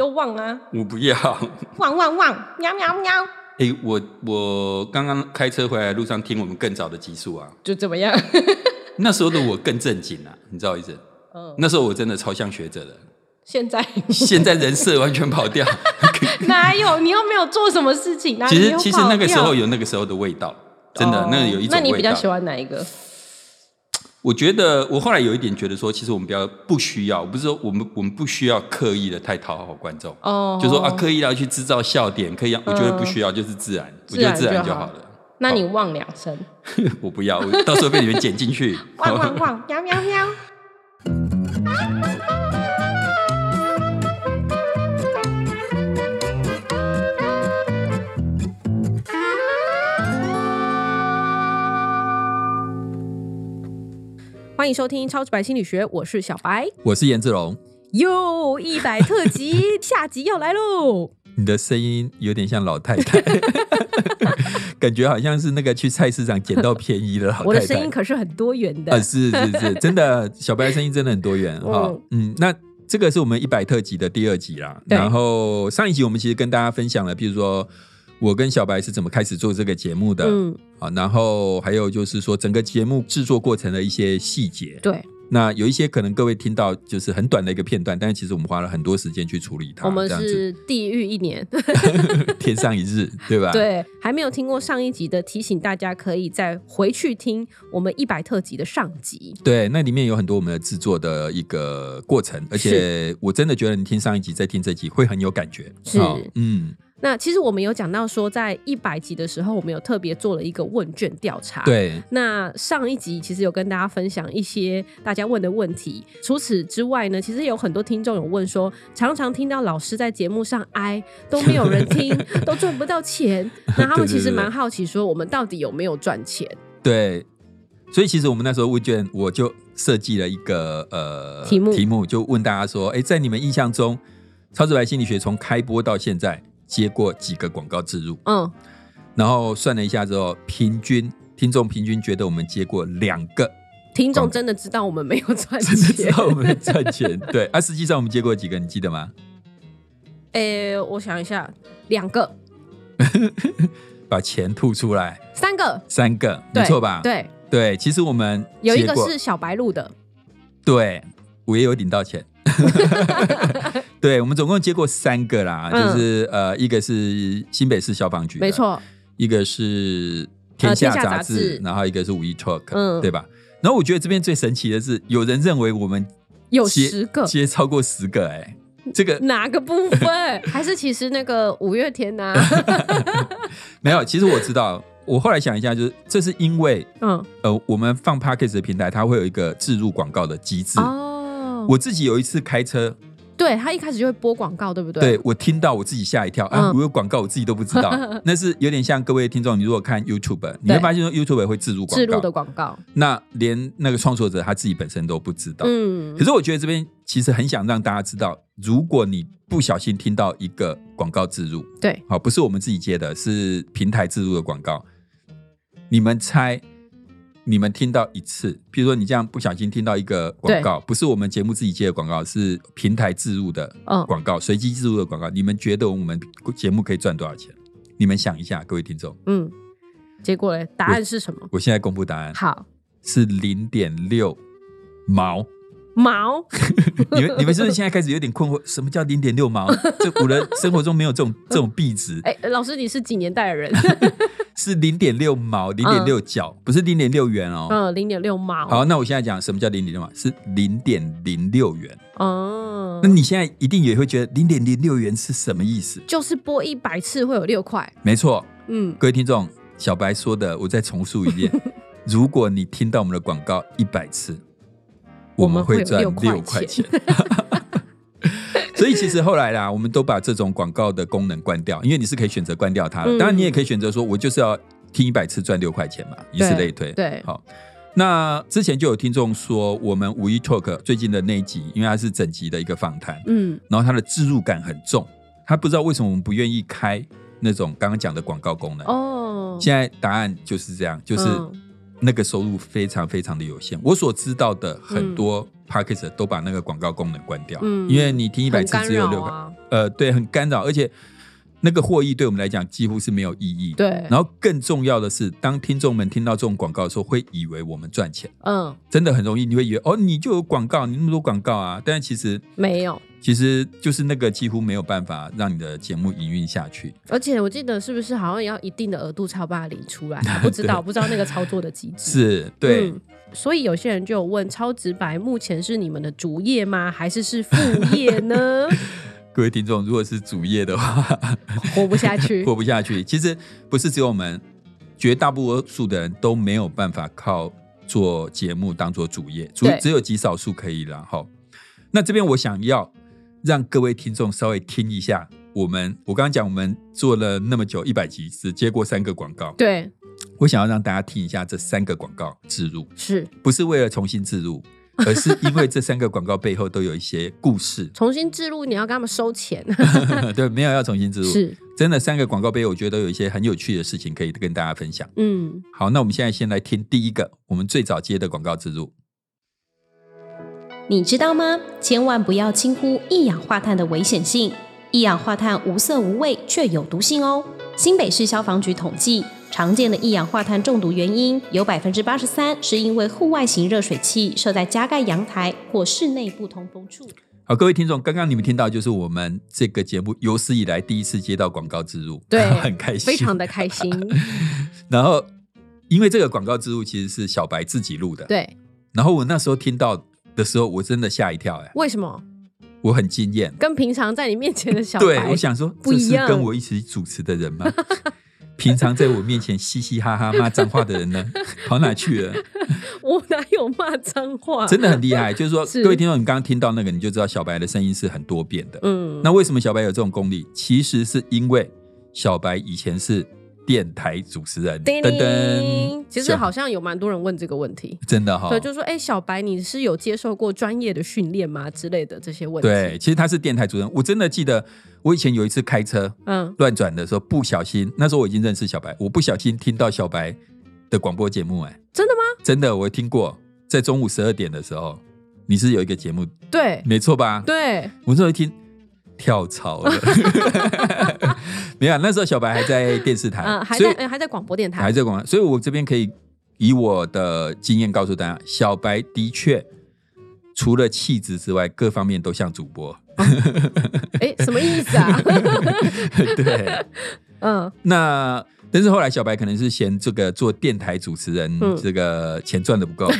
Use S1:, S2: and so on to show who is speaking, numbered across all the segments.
S1: 都旺啊，
S2: 我不要。
S1: 旺旺旺，喵喵喵，
S2: 哎、我我刚刚开车回来的路上听我们更早的集数啊，
S1: 就怎么样？
S2: 那时候的我更正经啊，你知道意思？
S1: 嗯，
S2: 那时候我真的超像学者的，
S1: 现在
S2: 现在人设完全跑掉。
S1: 啊哪有？你又没有做什么事情，哪里
S2: 其实
S1: 又
S2: 其实
S1: 跑
S2: 那个时
S1: 掉
S2: 候有那个时候的味道，真的，
S1: 哦
S2: 那有一种味道。
S1: 那你比较喜欢哪一个？
S2: 我觉得我后来有一点觉得说，其实我们比较不需要，不是说我们我们不需要刻意的太讨好观众，
S1: 哦嗯
S2: 就说啊刻意的要去制造笑点，刻意要我觉得不需要，就是自然，我觉得自
S1: 自然
S2: 然
S1: 就
S2: 就
S1: 好
S2: 好了。
S1: 那你旺两声，
S2: 我不要，我到时候被你们剪进 去。
S1: 旺旺旺，喵喵喵。欢迎收听《超直白心理学》，我是小白。
S3: 我是颜志龙，
S1: 又一百特 辑下集要来喽！
S3: 你的声音有点像老太 太，感觉好像是那个去菜市场捡到便宜的老太太。
S1: 我的声音可是很多元的
S3: 啊，，是是是，真的，小白的声音真的很多元 哈、嗯，那这个是我们一百特辑的第二集啦。
S1: 对
S3: 然后上一集我们其实跟大家分享了，比如说我跟小白是怎么开始做这个节目的，
S1: 嗯，
S3: 啊，然后还有就是说整个节目制作过程的一些细节。
S1: 对，
S3: 那有一些可能各位听到就是很短的一个片段，但是其实我们花了很多时间去处理它。
S1: 我们
S3: 这样子
S1: 是地狱一年，
S3: 天上一 日，对吧？，
S1: 对，还没有听过上一集的，提醒大家可以再回去听我们一百特辑的上集。
S3: 对，那里面有很多我们的制作的一个过程，而且我真的觉得你听上一集再听这集会很有感觉。
S1: 是
S3: 好嗯，
S1: 那其实我们有讲到说，在一百集的时候，我们有特别做了一个问卷调查。。
S3: 对，
S1: 那上一集其实有跟大家分享一些大家问的问题。除此之外呢，其实有很多听众有问说，常常听到老师在节目上 哀，都没有人听，都赚不到钱。那他们其实
S3: 对对对
S1: 蛮好奇说，我们到底有没有赚钱？
S3: 对，所以其实我们那时候问卷，我就设计了一个呃
S1: 题目
S3: 题目就问大家说，哎，在你们印象中，超直白心理学从开播到现在接过几个广告植入？
S1: 嗯，
S3: 然后算了一下之后，平均听众平均觉得我们接过两 个，
S1: 听众
S3: 广
S1: 真的知道我们没有赚
S3: 哦真的知
S1: 钱。
S3: 道我们赚钱。对，啊，实际上我们接过几个，你记得吗？
S1: 诶、我想一下，两个、
S3: 把钱吐出来，
S1: 三个，
S3: 三个，
S1: 对
S3: 没错吧？
S1: 对，
S3: 对其实我们
S1: 有一
S3: 结
S1: 个
S3: 果
S1: 是小白鹿的，
S3: 对，我也有领到 钱。 对，我们总共接过三个啦，
S1: 嗯
S3: 就是呃，一个是新北市消防局，
S1: 没；错，
S3: 一个是
S1: 呃
S3: 天
S1: 天
S3: 下
S1: 下
S3: 杂
S1: 杂
S3: 志，
S1: 志
S3: 然后一个是五一 Talk，、
S1: 嗯
S3: 对吧？然后我觉得这边最神奇的是，有人认为我们
S1: 有
S3: 接
S1: 十个，
S3: 接超过十个、哎，这个
S1: 哪个部 分？还是其实那个五月天啊呐、
S3: 没有。其实我知道，我后来想一下，就是这是因为
S1: 嗯，
S3: 呃，我们放 Podcast 的平台，它会有一个置入广告的机制。
S1: 哦，
S3: 我自己有一次开车，
S1: 对他一开始就会播广告，对不对？
S3: 对，我听到我自己吓一跳啊！
S1: 嗯
S3: 我有广告，我自己都 不知道。那是有点像各位听众，你如果看 YouTube，你会发现说 YouTube 会置入
S1: 置入
S3: 广
S1: 的
S3: 告，
S1: 广告，
S3: 那连那个创作者他自己本身都不知道。
S1: 嗯
S3: 可，是我觉得这边其实很想让大家知道，如果你不小心听到一个广告植入，
S1: 对，
S3: 好，不是我们自己接的，是平台植入的广告，你们猜？你们听到一次，譬如说你这样不小心听到一个广告，不是我们节目自己接的广告，是平台植入的
S1: 嗯，
S3: 广告，随机植入的广告，你们觉得我们节目可以赚多少钱？你们想一下，各位听众，
S1: 嗯，结果嘞，答案是什么？
S3: 我现在公布答案
S1: 好，
S3: 是零点六毛。
S1: 毛，
S3: 你们你们是不是现在开始有点困惑？什么叫零点六毛？这我的生活中没有这种这种币值，
S1: 嗯哎、老师你是几年代 的人？
S3: 是零点六毛，零点六角，不是零点六元哦。
S1: 嗯嗯，零点六毛，
S3: 好，那我现在讲什么叫零点六毛，是零点零六元。
S1: 哦
S3: 那，你现在一定也会觉得零点零六元是什么意思？
S1: 就是播一百次会有六块，
S3: 没错，
S1: 嗯，
S3: 各位听众，小白说的，我再重述一 遍：如果你听到我们的广告一百次，
S1: 我
S3: 我
S1: 们
S3: 们
S1: 会有
S3: 会赚
S1: 6
S3: 六
S1: 块
S3: 块
S1: 钱
S3: 钱。 所以其实后来啦，我们都把这种广告的功能关掉，因为你是可以选择关掉它的。
S1: 嗯
S3: 当然，你也可以选择说，我就是要听一百次赚六块钱嘛，以此类推。
S1: 对
S3: 好。那之前就有听众说，我们五一 Talk 最近的那一集，因为它是整集的一个访谈，
S1: 嗯，
S3: 然后它的置入感很重，他不知道为什么我们不愿意开那种刚刚讲的广告功能。
S1: 哦，
S3: 现在答案就是这样，就是
S1: 嗯
S3: 那个收入非常非常的有限。我所知道的很多 p a c k e t 都把那个广告功能关掉，
S1: 嗯
S3: 因为你听一百
S1: 很
S3: 次
S1: 干
S3: 只有
S1: 扰
S3: 六个，
S1: 啊，
S3: 呃，对，很干扰，而且那个获益对我们来讲几乎是没有意义。
S1: 对，
S3: 然后更重要的是，当听众们听到这种广告的时候，会以为我们赚钱，
S1: 嗯，
S3: 真的很容易，你会以为哦，你就有广告，你那么多广告啊，但是其实
S1: 没有。
S3: 其实就是那个几乎没有办法让你的节目营运下去。
S1: 而且我记得是不是好像要一定的额度才有办法领出来？啊 不知道，不知道那个操作的机制。
S3: 是对，
S1: 嗯所以有些人就有问：超直白目前是你们的主业吗？还是是副业呢？
S3: 各位听众，如果是主业的话，
S1: 活不下 去。
S3: 过不 下去。其实不是只有我们，绝大多数的人都没有办法靠做节目当做主业，主
S1: 对
S3: 只有极少数可以了。哈，那这边我想要让各位听众稍微听一下，我们我刚刚讲我们做了那么久一百集，只接过三个广告，
S1: 对，
S3: 我想要让大家听一下这三个广告植入，
S1: 是，
S3: 不是为了重新植入。而是因为这三个广告背后都有一些故事
S1: 重新置入，你要跟他们收 钱。
S3: 对，没有要重新植入，
S1: 是，
S3: 真的三个广告背后，我觉得都有一些很有趣的事情可以跟大家分享。
S1: 嗯，
S3: 好，那我们现在先来听第一个，我们最早接的广告植入。
S4: 你知道吗？千万不要轻忽一氧化碳的危险性。一氧化碳无色无味，却有毒性哦。新北市消防局统计，常见的一氧化碳中毒原因有百分之八十三是因为户外型热水器设在加盖阳台或室内不通风处。
S3: 好，各位听众，刚刚你们听到就是我们这个节目有史以来第一次接到广告植入，
S1: 对
S3: 很开心，
S1: 非常的开 心。
S3: 然后，因为这个广告植入其实是小白自己录的，。
S1: 对，
S3: 然后我那时候听到的时候，我真的吓一跳、哎，
S1: 为什么
S3: 我很惊艳。
S1: 跟平常在你面前的小白？
S3: 对，我想说，
S1: 不
S3: 这
S1: 一
S3: 是
S1: 样
S3: 跟我一起主持的人吗？ 平常在我面前嘻嘻哈哈骂脏话的人呢，跑哪去了？
S1: 我哪有骂脏话？
S3: 真的很厉害。就是说，
S1: 是
S3: 各位听众，你刚刚听到那个，你就知道小白的声音是很多变的。
S1: 嗯，
S3: 那为什么小白有这种功力？其实是因为小白以前是电台主持人，
S1: 叮
S3: 噔噔哦
S1: 铃，，其实
S3: 小
S1: 好像有蛮多人问这个问题。
S3: 真的哈、
S1: 对，就说哎、小白，你是有接受过专业的训练吗？之类的这些问题。
S3: 对，，其实他是电台主持人。我真的记得，我以前有一次开车
S1: 嗯，
S3: 乱转的时候，不小心，那时候我已经认识小白，我不小心听到小白的广播节目、哎，
S1: 真的吗？
S3: 真的，我听过，在中午十二点的时候，你是有一个节目，
S1: 对，
S3: 没错吧？
S1: 对，
S3: 我那时候一听跳槽了， 没有啊，那时候小白还在电视台，
S1: 嗯，还
S3: 哎所
S1: 在、
S3: 以
S1: 呃还在广播电台
S3: 还。在广告，所以我这边可以以我的经验告诉大家，小白的确除了气质之外，各方面都像 主播。
S1: 哎、什么意思啊？
S3: 对，
S1: 嗯，
S3: 那。但是后来小白可能是嫌这个做电台主持人
S1: 嗯
S3: 这个钱赚的不够，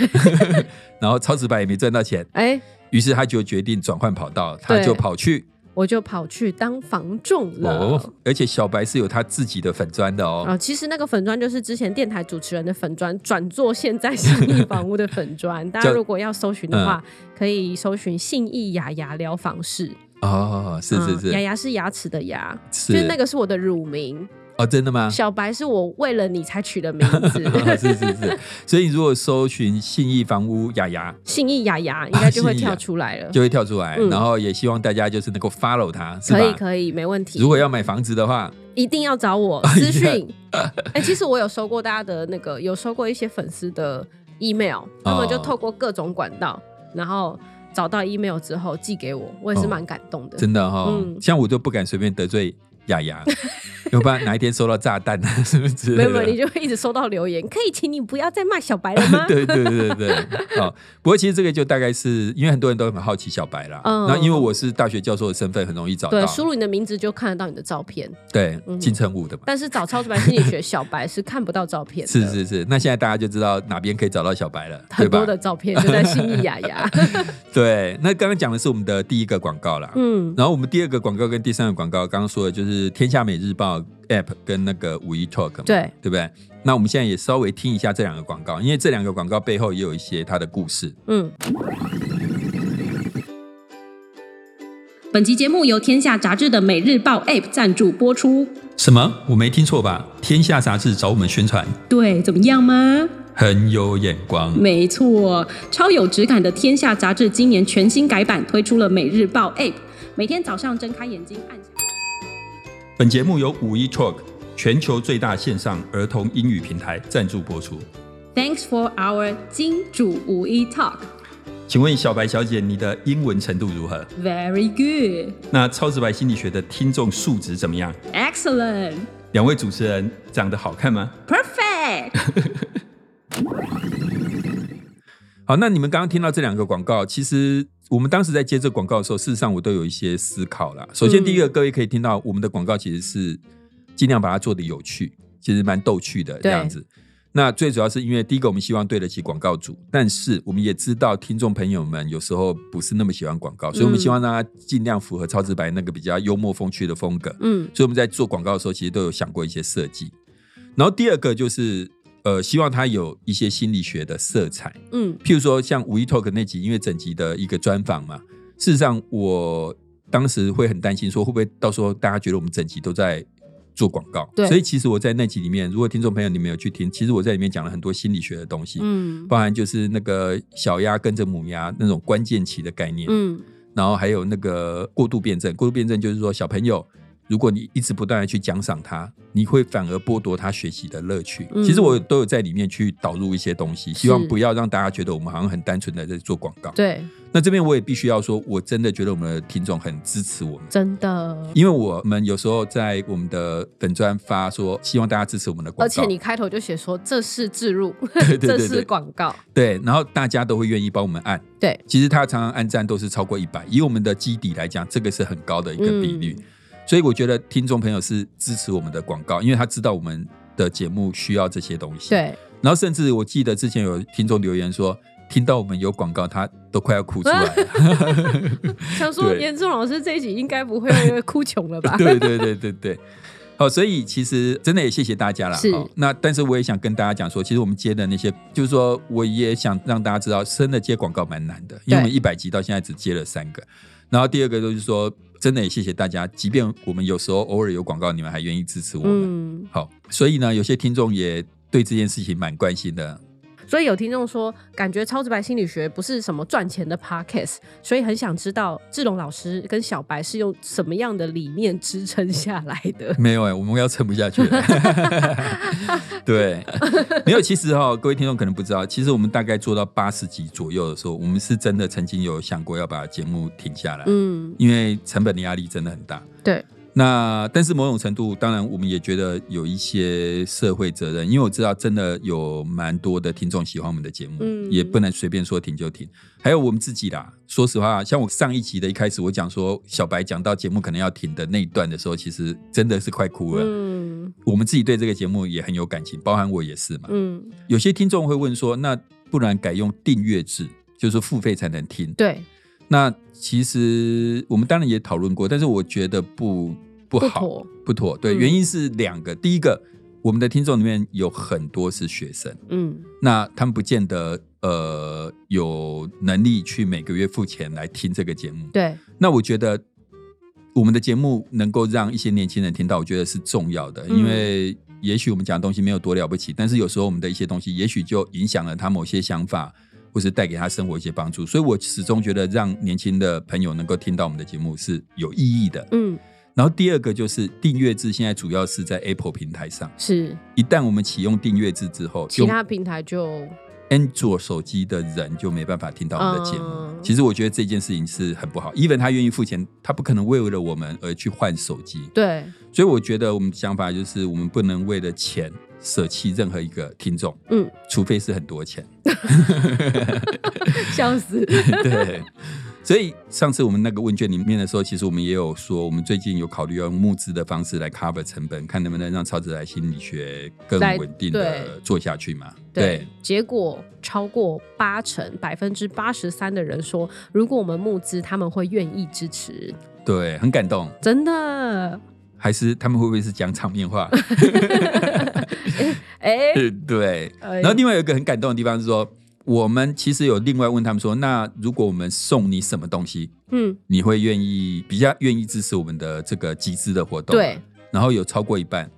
S3: 然后超直白也没赚到钱，
S1: 哎、
S3: 于是他就决定转换跑道，他
S1: 对
S3: 就跑去
S1: 我就跑去当房仲了。
S3: 哦，而且小白是有他自己的粉砖的哦
S1: 啊、，其实那个粉砖就是之前电台主持人的粉砖，转做现在信义房屋的粉砖。 大家
S3: 叫嗯
S1: 如果要搜寻的话，可以搜寻信义雅雅疗房室。
S3: 哦，是是
S1: 嗯雅
S3: 是，
S1: 雅是牙齿的牙，
S3: 是
S1: 就是那个是我的乳名，
S3: 哦，真 的吗？
S1: 小白是我为了你才取的名字。
S3: 哦是是是，所以如果搜寻信义房屋雅雅，
S1: 信义雅雅应该就会
S3: 信义雅
S1: 跳出来了。
S3: 就会跳出来，
S1: 嗯
S3: 然后也希望大家就是能够 follow 它，是吧？
S1: 可以可以，没问题。
S3: 如果要买房子的话，
S1: 一定要找我私 讯。哎、其实我有收过大家的那个，有收过一些粉丝的 email，他们就
S3: 哦
S1: 透过各种管道，然后找到 email 之后寄给我，我也是蛮感动的。
S3: 哦真的哈、
S1: 嗯
S3: 像我就不敢随便得罪雅雅，要不然哪一天收到炸弹啊什么之
S1: 没有
S3: 类
S1: 没有，你
S3: 的。
S1: 就会一直收到留言，可以请你不要再骂小白了吗？
S3: 对对对对对，好。不过其实这个就大概是因为很多人都很好奇小白啦，
S1: 嗯
S3: 然后因为我是大学教授的身份，很容易找
S1: 对，
S3: 到，
S1: 输入你的名字就看得到你的照片，
S3: 对
S1: 嗯
S3: 金城武的嘛，
S1: 但是找超直白心理 学小白是看不到照片的，
S3: 是是是。那现在大家就知道哪边可以找到小白了，对
S1: 很
S3: 吧？
S1: 多的照片就在信义雅雅。
S3: 对，那刚刚讲的是我们的第一个广告啦。
S1: 嗯，
S3: 然后我们第二个广告跟第三个广告，刚刚说的就是《天下每日报》App 跟那个五一 Talk 嘛，
S1: 对
S3: 对不对？那我们现在也稍微听一下这两个广告，因为这两个广告背后也有一些它的故事。
S1: 嗯，
S4: 本集节目由天下杂志的每日报 App 赞助播出。
S3: 什么？我没听错吧？天下杂志找我们宣传，
S4: 对，怎么样吗？
S3: 很有眼光。
S1: 嗯
S4: 没错，超有质感的《天下》杂志今年全新改版，推出了每日报 App，每天早上睁开眼睛按下。
S3: 本节目由五一 Talk 全球最大线上儿童英语平台赞助播出。
S5: E
S4: Thanks for our 金主五一 Talk。
S2: 请问小白小姐，你的英文程度如何？
S5: Very good,
S2: 那超直白心理学的听众素质怎么样？
S5: excellent,
S2: 两位主持人长得好看吗？
S5: perfect。
S3: 好，那你们刚刚听到这两个广告，其实我们当时在接这广告的时候，事实上我都有一些思考啦。首先，
S1: 嗯
S3: 第一个，各位可以听到我们的广告其实是尽量把它做的有趣，其实蛮逗趣的这样子。那最主要是因为第一个，我们希望对得起广告主，但是我们也知道听众朋友们有时候不是那么喜欢广告，所以我们
S1: 嗯
S3: 希望让它尽量符合超直白那个比较幽默风趣的风格。
S1: 嗯
S3: 所以我们在做广告的时候，其实都有想过一些设计。然后第二个就是，呃，希望它有一些心理学的色彩。
S1: 嗯
S3: 譬如说像五一 talk 那集，因为整集的一个专访嘛，事实上我当时会很担心，说会不会到时候大家觉得我们整集都在做广告？
S1: 对
S3: 所以其实我在那集里面，如果听众朋友你们有去听，其实我在里面讲了很多心理学的东西，
S1: 嗯
S3: 包含就是那个小鸭跟着母鸭那种关键期的概念，
S1: 嗯
S3: 然后还有那个过度辩证，过度辩证就是说小朋友。如果你一直不断的去奖赏他，你会反而剥夺他学习的乐趣。
S1: 嗯
S3: 其实我都有在里面去导入一些东西，希望
S1: 是
S3: 不要让大家觉得我们好像很单纯的在做广告。
S1: 对，
S3: 那这边我也必须要说，我真的觉得我们的听众很支持我们。
S1: 真的。
S3: 因为我们有时候在我们的粉专发说，希望大家支持我们的广告，
S1: 而且你开头就写说这是置入，
S3: 对对 对
S1: 这是广告，
S3: 对，然后大家都会愿意帮我们按。
S1: 对，
S3: 其实他常常按赞都是超过一百，以我们的基底来讲，这个是很高的一个比率。所以我觉得听众朋友是支持我们的广告，因为他知道我们的节目需要这些东西。，
S1: 对，
S3: 然后甚至我记得之前有听众留言说，听到我们有广告，他都快要哭出来了。
S1: 想说
S3: 对
S1: 严正老师这一集应该不会哭穷 了吧？
S3: 对对对对对。好，所以其实真的也谢谢大家啦。
S1: 是
S3: 好那但是我也想跟大家讲说，其实我们接的那些，就是说我也想让大家知道，真的接广告蛮难的，因为我们一百集到现在只接了三个。然后第二个就是说，真的也谢谢大家，即便我们有时候偶尔有广告，你们还愿意支持我们。
S1: 嗯，
S3: 好，所以呢，有些听众也对这件事情蛮关心的。
S1: 所以有听众说，感觉超直白心理学不是什么赚钱的 podcast，所以很想知道志龙老师跟小白是用什么样的理念支撑下来的。
S3: 没有哎、我们要撑不下去了。对，没有。其实哈、各位听众可能不知道，其实我们大概做到八十集左右的时候，我们是真的曾经有想过要把节目停下来，
S1: 嗯，
S3: 因为成本的压力真的很大。
S1: 对，
S3: 那但是某种程度，当然我们也觉得有一些社会责任，因为我知道真的有蛮多的听众喜欢我们的节目，
S1: 嗯
S3: 也不能随便说停就停。还有我们自己啦，说实话，像我上一集的一开始，我讲说小白讲到节目可能要停的那一段的时候，其实真的是快哭了。
S1: 嗯
S3: 我们自己对这个节目也很有感情，包含我也是嘛。
S1: 嗯，
S3: 有些听众会问说，那不然改用订阅制，就是付费才能听？
S1: 对，
S3: 那其实我们当然也讨论过，但是我觉得不不
S1: 不
S3: 好，
S1: 妥，
S3: 不妥。对，
S1: 嗯
S3: 原因是两个，第一个，我们的听众里面有很多是学生，
S1: 嗯
S3: 那他们不见得呃有能力去每个月付钱来听这个节目。
S1: 对，
S3: 那我觉得我们的节目能够让一些年轻人听到，我觉得是重要的，
S1: 嗯
S3: 因为也许我们讲的东西没有多了不起，但是有时候我们的一些东西，也许就影响了他某些想法，或是带给他生活一些帮助。所以我始终觉得让年轻的朋友能够听到我们的节目是有意义的。
S1: 嗯
S3: 然后第二个就是订阅制，现在主要是在 Apple 平台上。
S1: 是，
S3: 一旦我们启用订阅制之后，
S1: 其
S3: 就
S1: 他平台就
S3: Android 手机的人就没办法听到我们的节目。
S1: 嗯
S3: 其实我觉得这件事情是很不好，even 他愿意付钱，他不可能为了我们而去换手机。
S1: 对，
S3: 所以我觉得我们想法就是，我们不能为了钱舍弃任何一个听众，
S1: 嗯，
S3: 除非是很多钱。
S1: 笑死，
S3: 对。所以上次我们那个问卷里面的时候，其实我们也有说，我们最近有考虑用募资的方式来 cover 成本，看能不能让超自然心理学更
S1: 来
S3: 稳定的
S1: 对
S3: 做下去嘛。
S1: 对，结果超过八成，百分之八十三的人说，如果我们募资，他们会愿意支持，
S3: 对，很感动。
S1: 真的，
S3: 还是他们会不会是讲场面话？
S1: 哎、
S3: 呃对。
S1: 哎
S3: 然后另外有一个很感动的地方是说，我们其实有另外问他们说，那如果我们送你什么东西，
S1: 嗯，
S3: 你会愿意比较愿意支持我们的这个集资的活动？
S1: 对。
S3: 然后有超过一半，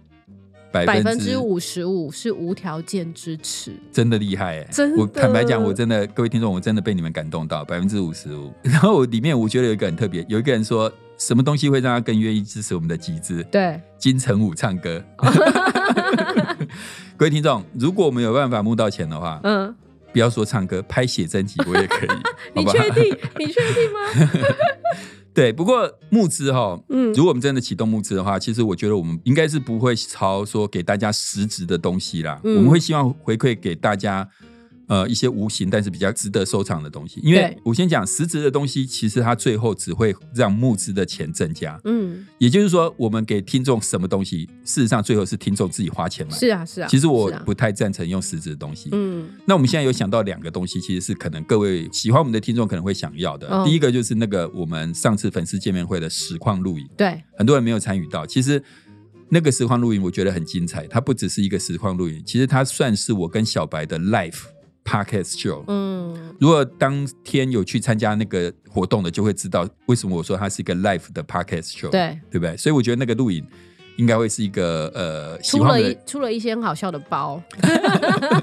S3: 百
S1: 百分
S3: 分
S1: 之
S3: 之
S1: 五十五是无条件支持，
S3: 真的厉害哎、
S1: 真的
S3: 我坦白讲，我真的各位听众，我真的被你们感动到百分之五十五。 然后我里面我觉得有一个很特别，有一个人说什么东西会让他更愿意支持我们的集资？
S1: 对，
S3: 金城武唱 歌。各位听众，如果我们有办法募到钱的话，
S1: 嗯，
S3: 不要说唱歌，拍写真集我 也可以，好
S1: 你
S3: 吧？
S1: 确定？你确定吗？
S3: 对，不过募资哈、
S1: 嗯
S3: 如果我们真的启动募资的话，其实我觉得我们应该是不会朝说给大家实质的东西啦，
S1: 嗯
S3: 我们会希望回馈给大家。呃，一些无形但是比较值得收藏的东西，因为
S1: 对
S3: 我先讲实质的东西，其实它最后只会让募资的钱增加。
S1: 嗯，
S3: 也就是说，我们给听众什么东西，事实上最后是听众自己花钱买。
S1: 是啊，是啊。
S3: 其实我
S1: 是啊
S3: 不太赞成用实质的东西。
S1: 嗯
S3: 那我们现在有想到两个东西，其实是可能各位喜欢我们的听众可能会想要的。
S1: 哦
S3: 第一个就是那个我们上次粉丝见面会的实况录影，
S1: 对，
S3: 很多人没有参与到。其实那个实况录影我觉得很精彩，它不只是一个实况录影，其实它算是我跟小白的 live podcast show。
S1: 嗯
S3: 如果当天有去参加那个活动的，就会知道为什么我说它是一个 live 的 podcast show，
S1: 对，
S3: 对不对？所以我觉得那个录影应该会是一个呃，喜
S1: 出
S3: 欢我
S1: 了
S3: 们
S1: 一
S3: 的
S1: 出了一些很好笑的包，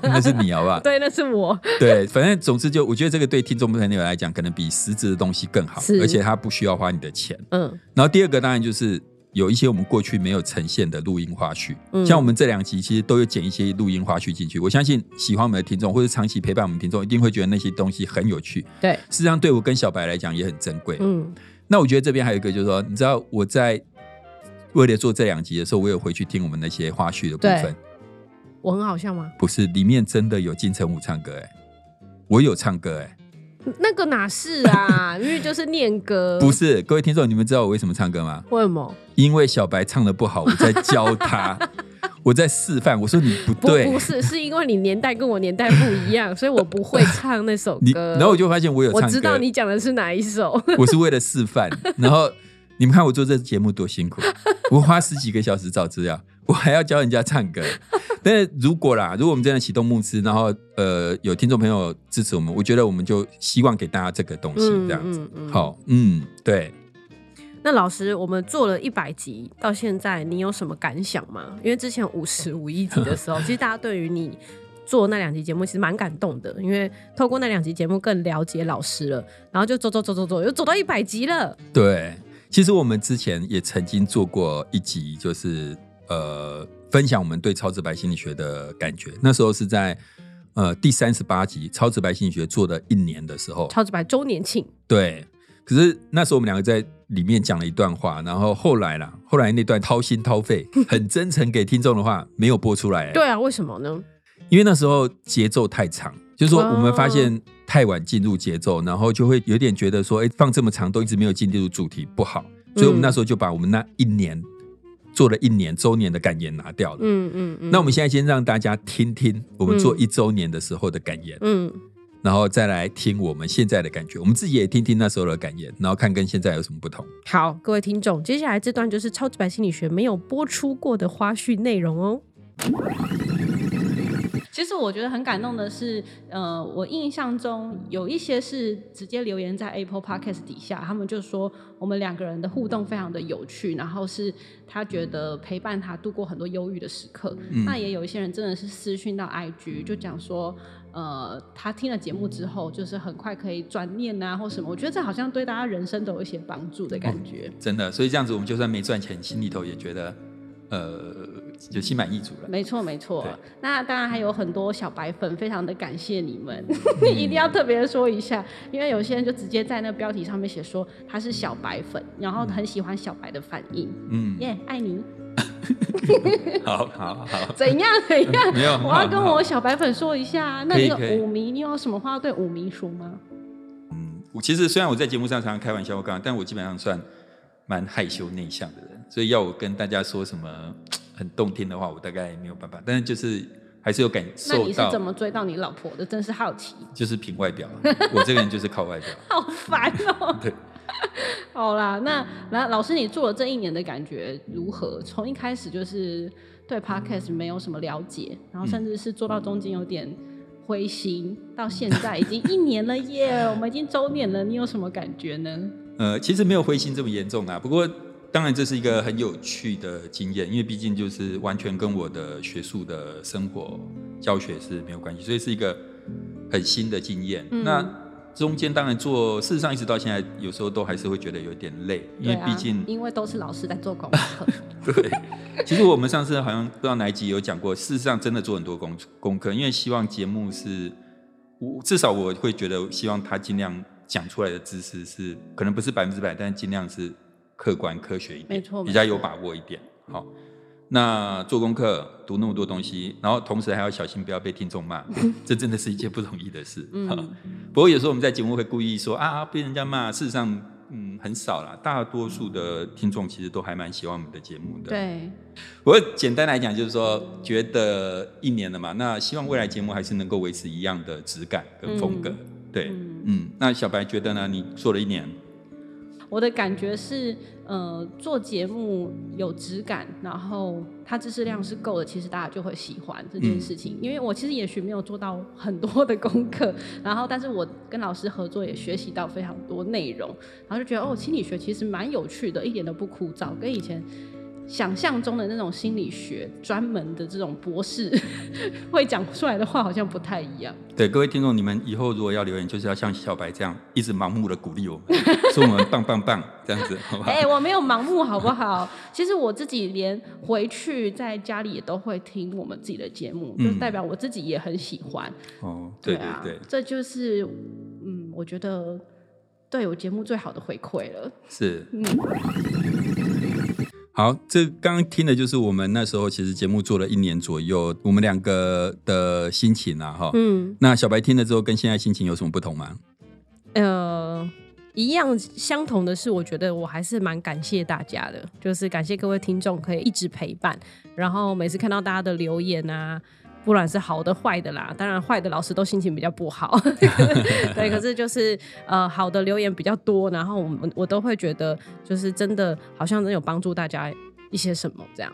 S3: 那是你好不好？
S1: 对，那是我，
S3: 对，反正总之就，我觉得这个对听众朋友来讲，可能比实质的东西更好
S1: 是，
S3: 而且它不需要花你的钱。
S1: 嗯
S3: 然后第二个当然就是有一些我们过去没有呈现的录音花絮，
S1: 嗯
S3: 像我们这两集其实都有剪一些录音花絮进去。我相信喜欢我们的听众或者长期陪伴我们的听众，一定会觉得那些东西很有趣。
S1: 对，
S3: 事实上，对我跟小白来讲也很珍贵。
S1: 嗯
S3: 那我觉得这边还有一个就是说，你知道我在为了做这两集的时候，我有回去听我们那些花絮的部
S1: 对
S3: 分，
S1: 我很好笑吗？
S3: 不是里面真的有金城武唱歌哎、我有唱歌哎、
S1: 那个哪是啊？ 因为就是念歌，
S3: 不是，各位听众，你们知道我为什么唱歌吗？
S1: 为什么？
S3: 因为小白唱的不好，我在 教他，我在示范。我说你不
S1: 不
S3: 对，
S1: 不是，是因为你年代跟我年代不一 样，所以我不会唱那首
S3: 你，
S1: 歌。
S3: 然后我就发现我有
S1: 我
S3: 唱歌，
S1: 知道你，讲的是哪一首，
S3: 我是为了示范。然后你们看我做这节目多 辛苦，我花十几个小时找资料，我还要教人家唱歌。但是如果啦，如果我们真的启动募资，然后呃有听众朋友支持我们，我觉得我们就希望给大家这个东西，这样子。
S1: 嗯嗯
S3: 好，嗯，对，
S1: 那老师，我们做了一百集到现在，你有什么感想吗？因为之前五十五一集的时 候，其实大家对于你做那两集节目其实蛮感动的，因为透过那两集节目更了解老师了，然后就走走走走走，又走到一百集了。
S3: 对，其实我们之前也曾经做过一集，就是呃，分享我们对超直白心理学的感觉。那时候是在呃第三十八集《超直白心理学》做了一年的时候，
S1: 超级白周年庆，
S3: 对。可是那时候我们两个在里面讲了一段话，然后后来啦，后来那段掏心掏肺、很真诚给听众的话没有播出来、
S1: 对，啊，为什么呢？
S3: 因为那时候节奏太长，就是说
S1: 哦
S3: 我们发现太晚进入节奏，然后就会有点觉得说，哎，放这么长都一直没有进入主题不好，所以
S1: 嗯
S3: 我们那时候就把我们那一年做了一年周年的感言拿掉了。
S1: 嗯嗯嗯，
S3: 那我们现在先让大家听听我们做
S1: 嗯
S3: 一周年的时候的感言，
S1: 嗯
S3: 然后再来听我们现在的感觉，我们自己也听听那时候的感言，然后看跟现在有什么不同。
S1: 好，各位听众，接下来这段就是超级白心理学没有播出过的花絮内容哦。
S5: 其实我觉得很感动的是，呃，我印象中有一些是直接留言在 Apple Podcast 底下，他们就说我们两个人的互动非常的有趣，然后是他觉得陪伴他度过很多忧郁的时刻。
S3: 嗯
S5: 那也有一些人真的是私讯到 IG 就讲说，呃，他听了节目之后，就是很快可以转念啊或什么。
S3: 嗯
S5: 我觉得这好像对大家人生都有一些帮助的感觉。
S3: 真的，所以这样子我们就算没赚钱，心里头也觉得，呃，就心满意足了。
S5: 没错，没错
S3: 对。
S5: 那当然还有很多小白粉，非常的感谢你 们，一定要特别说一下，因为有些人就直接在那标题上面写说他是小白粉，然后很喜欢小白的反应，
S3: 嗯，
S5: 耶、爱你，
S3: 好好好，
S5: 怎样怎样？
S3: 没有很好
S5: 我要跟
S3: 很好
S5: 我小白粉说一下啊，那
S3: 可以
S5: 这
S3: 可
S5: 个
S3: 以
S5: 舞迷，你有什么话要对舞迷说吗？
S3: 我其实虽然我在节目上常常开玩笑，我刚刚，但我基本上算蛮害羞内向的人，所以要我跟大家说什么很动听的话，我大概没有办法。但是就是还是有感
S5: 那
S3: 受
S5: 你是怎
S3: 到，
S5: 么追到你老婆的？真是好奇，
S3: 就是凭外表，我这个人就是靠外表。
S5: 好烦哦、
S3: 对，
S5: 好啦，那那老师，你做了这一年的感觉如何？从一开始就是对 podcast 没有什么了解，然后甚至是做到中间有点灰心，到现在已经一年了耶，
S3: 嗯
S5: 我们已经周年了，你有什么感觉呢？
S3: 呃，其实没有灰心这么严重啊，不过当然这是一个很有趣的经验，因为毕竟就是完全跟我的学术的生活教学是没有关系，所以是一个很新的经验。
S5: 嗯
S3: 那中间当然做，事实上一直到现在，有时候都还是会觉得有点累，因
S5: 对
S3: 为
S5: 啊
S3: 毕竟、
S5: 因为都是老师在做功 课，
S3: 对，其实我们上次好像不知道哪一集有讲过，事实上真的做很多功功课，因为希望节目是
S2: 我至少我会觉得，希望他尽量讲出来的知识是可能不是百分之百，但是尽量是客观科学一点，
S5: 没错
S2: 比较
S5: 没错
S2: 有把握一点。好，那做功课读那么多东西，然后同时还要小心不要被听众 骂，这真的是一件不容易的事。哈
S5: 嗯，
S2: 不过有时候我们在节目会故意说啊被人家骂，事实上嗯很少啦，大多数的听众其实都还蛮喜欢我们的节目的。
S5: 对，
S2: 我简单来讲，就是说，觉得一年了嘛，那希望未来节目还是能够维持一样的质感跟风格。对，
S5: 嗯
S2: 嗯，那小白觉得呢？你做了一年，
S5: 我的感觉是，呃，做节目有质感，然后它知识量是够的，其实大家就会喜欢这件事情。因为我其实也许没有做到 很多的功课，然后但是我跟老师合作也学习到非常多内容，然后就觉得哦，心理学其实蛮有趣的，一点都不枯燥，跟以前。想象中的那种心理学专门的这种博士 会讲出来的话，好像不太一样。
S2: 对各位听众，你们以后如果要留言，就是要像小白这样一直盲目的鼓励我们， 说我们棒棒棒这样子，好不好？
S5: 哎、我没有盲目，好不好？ 其实我自己连回去在家里也都会听我们自己的节目，
S2: 嗯
S5: 就代表我自己也很喜欢。
S2: 哦，对对
S5: 啊，
S2: 对，
S5: 这就是嗯，我觉得对我节目最好的回馈了。
S2: 是。
S5: 嗯
S3: 好，这刚刚听的就是我们那时候其实节目做了一年左右，我们两个的心情啊，哈。
S1: 嗯，
S3: 那小白听了之后跟现在心情有什么不同吗？
S1: 呃，一样相同的是，我觉得我还是蛮感谢大家的，就是感谢各位听众可以一直陪伴，然后每次看到大家的留言啊。不管是好的坏的啦，当然坏的老师都心情比较不好， 对。可是就是呃好的留言比较多，然后我们我都会觉得就是真的好像能有帮助大家一些什么这样。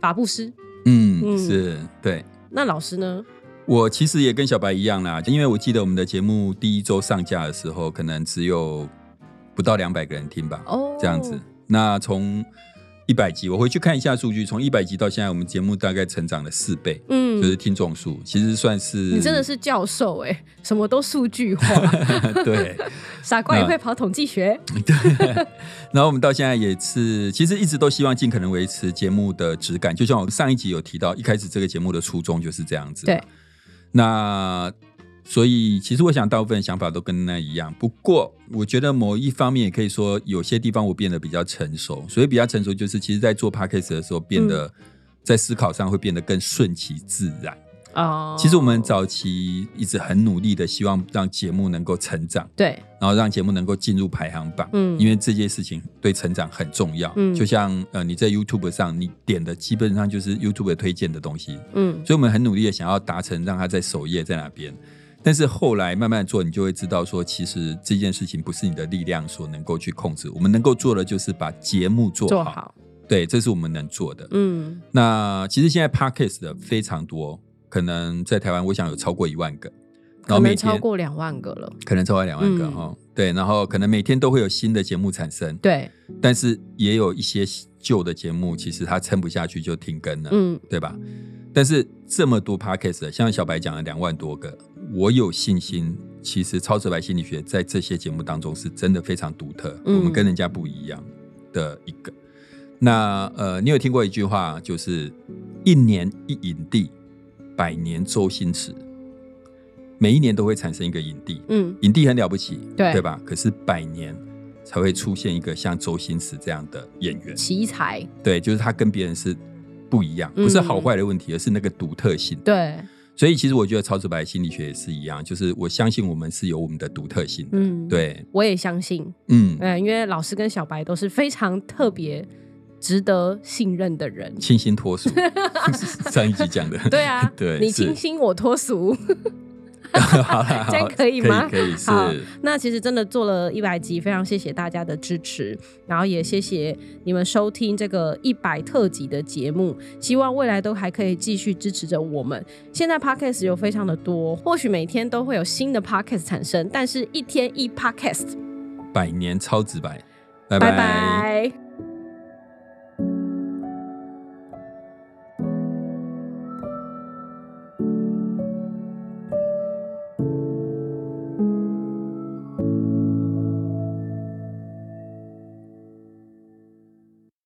S1: 法布施，
S3: 嗯，
S1: 嗯
S3: 是对。
S1: 那老师呢？
S3: 我其实也跟小白一样啦，因为我记得我们的节目第一周上架的时候，可能只有不到两百个人听吧，
S1: 哦
S3: 这样子。那从一百集，我回去看一下数据，从一百集到现在，我们节目大概成长了四倍，
S1: 嗯，
S3: 就是听众数，其实算是
S1: 你真的是教授哎、什么都数据化，
S3: 对。
S1: 傻瓜也会跑统计学。
S3: 然后我们到现在也是，其实一直都希望尽可能维持节目的质感，就像我上一集有提到，一开始这个节目的初衷就是这样子。
S1: 对，
S3: 那所以其实我想大部分想法都跟那一样，不过我觉得某一方面也可以说，有些地方我变得比较成熟，所以比较成熟就是其实在做 podcast 的时候变得、在思考上会变得更顺其自然。
S1: 哦，
S3: 其实我们早期一直很努力的，希望让节目能够成长，
S1: 对，
S3: 然后让节目能够进入排行榜，
S1: 嗯
S3: 因为这件事情对成长很重要。
S1: 嗯
S3: 就像呃你在 YouTube 上你点的基本上就是 YouTube 推荐的东西，
S1: 嗯
S3: 所以我们很努力的想要达成让它在首页在那边。但是后来慢慢做，你就会知道说，其实这件事情不是你的力量所能够去控制。我们能够做的就是把节目做好，
S1: 做好，
S3: 对，这是我们能做的。
S1: 嗯
S3: 那其实现在 podcast 的非常多，可能在台湾我想有超过一万个，然
S1: 可
S3: 后每
S1: 能
S3: 天
S1: 超过两万个了。
S3: 可能超过两万个
S1: 嗯
S3: 哈、哦，对，然后可能每天都会有新的节目产生，
S1: 对，
S3: 但是也有一些旧的节目，其实它撑不下去就停更了，
S1: 嗯
S3: 对吧？但是这么多 podcast，像小白讲的两万多个，我有信心，其实超直白心理学在这些节目当中是真的非常独特，
S1: 嗯
S3: 我们跟人家不一样的一个。那呃，你有听过一句话，就是一年一影帝，百年周星驰，每一年都会产生一个影帝，
S1: 嗯，
S3: 影帝很了不起，
S1: 对
S3: 对吧？可是百年才会出现一个像周星驰这样的演员，
S1: 嗯奇才，
S3: 对，就是他跟别人是不一样，
S1: 嗯
S3: 不是好坏的问题，而是那个独特性。
S1: 对，
S3: 所以其实我觉得超直白心理学也是一样，就是我相信我们是有我们的独特性的。
S1: 嗯，，
S3: 对，
S1: 我也相信，
S3: 嗯，
S1: 嗯，因为老师跟小白都是非常特别、值得信任的人。
S3: 清新 脱俗，上一集讲的，，
S1: 对啊
S3: 对，
S1: 你
S3: 是
S1: 清新我脱俗，
S3: 好啦好
S1: 这样可以吗
S3: 可以，可
S1: 好
S3: 以是。
S1: 那其实真的做了一百集，非常谢谢大家的支持，然后也谢谢你们收听这个一百特辑的节目，希望未来都还可以继续支持着我们。现在 podcast 有非常的多，或许每天都会有新的 podcast 产生，但是一天一 podcast，
S3: 百年超直白，拜
S1: 拜拜